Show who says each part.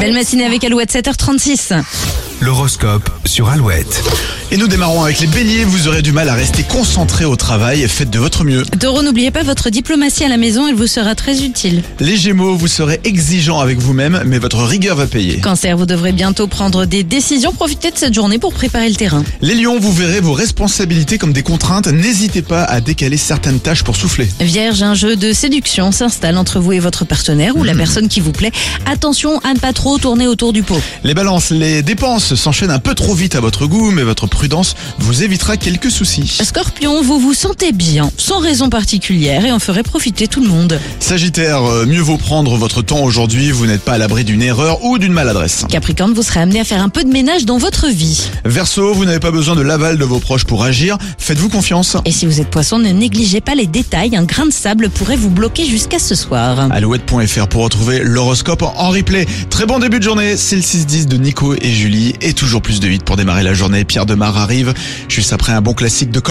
Speaker 1: Belle matinée avec Alouette 7h36.
Speaker 2: L'horoscope sur Alouette.
Speaker 3: Et nous démarrons avec les béliers, vous aurez du mal à rester concentré au travail, faites de votre mieux.
Speaker 1: Taureau, n'oubliez pas votre diplomatie à la maison, elle vous sera très utile.
Speaker 3: Les gémeaux, vous serez exigeant avec vous-même, mais votre rigueur va payer.
Speaker 1: Cancer, vous devrez bientôt prendre des décisions, profitez de cette journée pour préparer le terrain.
Speaker 3: Les lions, vous verrez vos responsabilités comme des contraintes, n'hésitez pas à décaler certaines tâches pour souffler.
Speaker 1: Vierge, un jeu de séduction s'installe entre vous et votre partenaire ou la personne qui vous plaît. Attention à ne pas trop tourner autour du pot.
Speaker 3: Les balances, les dépenses s'enchaînent un peu trop vite à votre goût, mais votre prudence vous évitera quelques soucis.
Speaker 1: Scorpion, vous vous sentez bien, sans raison particulière et en ferez profiter tout le monde.
Speaker 3: Sagittaire, euh, mieux vaut prendre votre temps aujourd'hui, vous n'êtes pas à l'abri d'une erreur ou d'une maladresse.
Speaker 1: Capricorne, vous serez amené à faire un peu de ménage dans votre vie.
Speaker 3: Verseau, vous n'avez pas besoin de l'aval de vos proches pour agir, faites-vous confiance.
Speaker 1: Et si vous êtes poisson, ne négligez pas les détails, un grain de sable pourrait vous bloquer jusqu'à ce soir.
Speaker 3: Alouette.fr pour retrouver l'horoscope en replay. Très bon début de journée, c'est le 6-10 de Nico et Julie et toujours plus de 8 pour démarrer la journée. Pierre Demar arrive juste après un bon classique de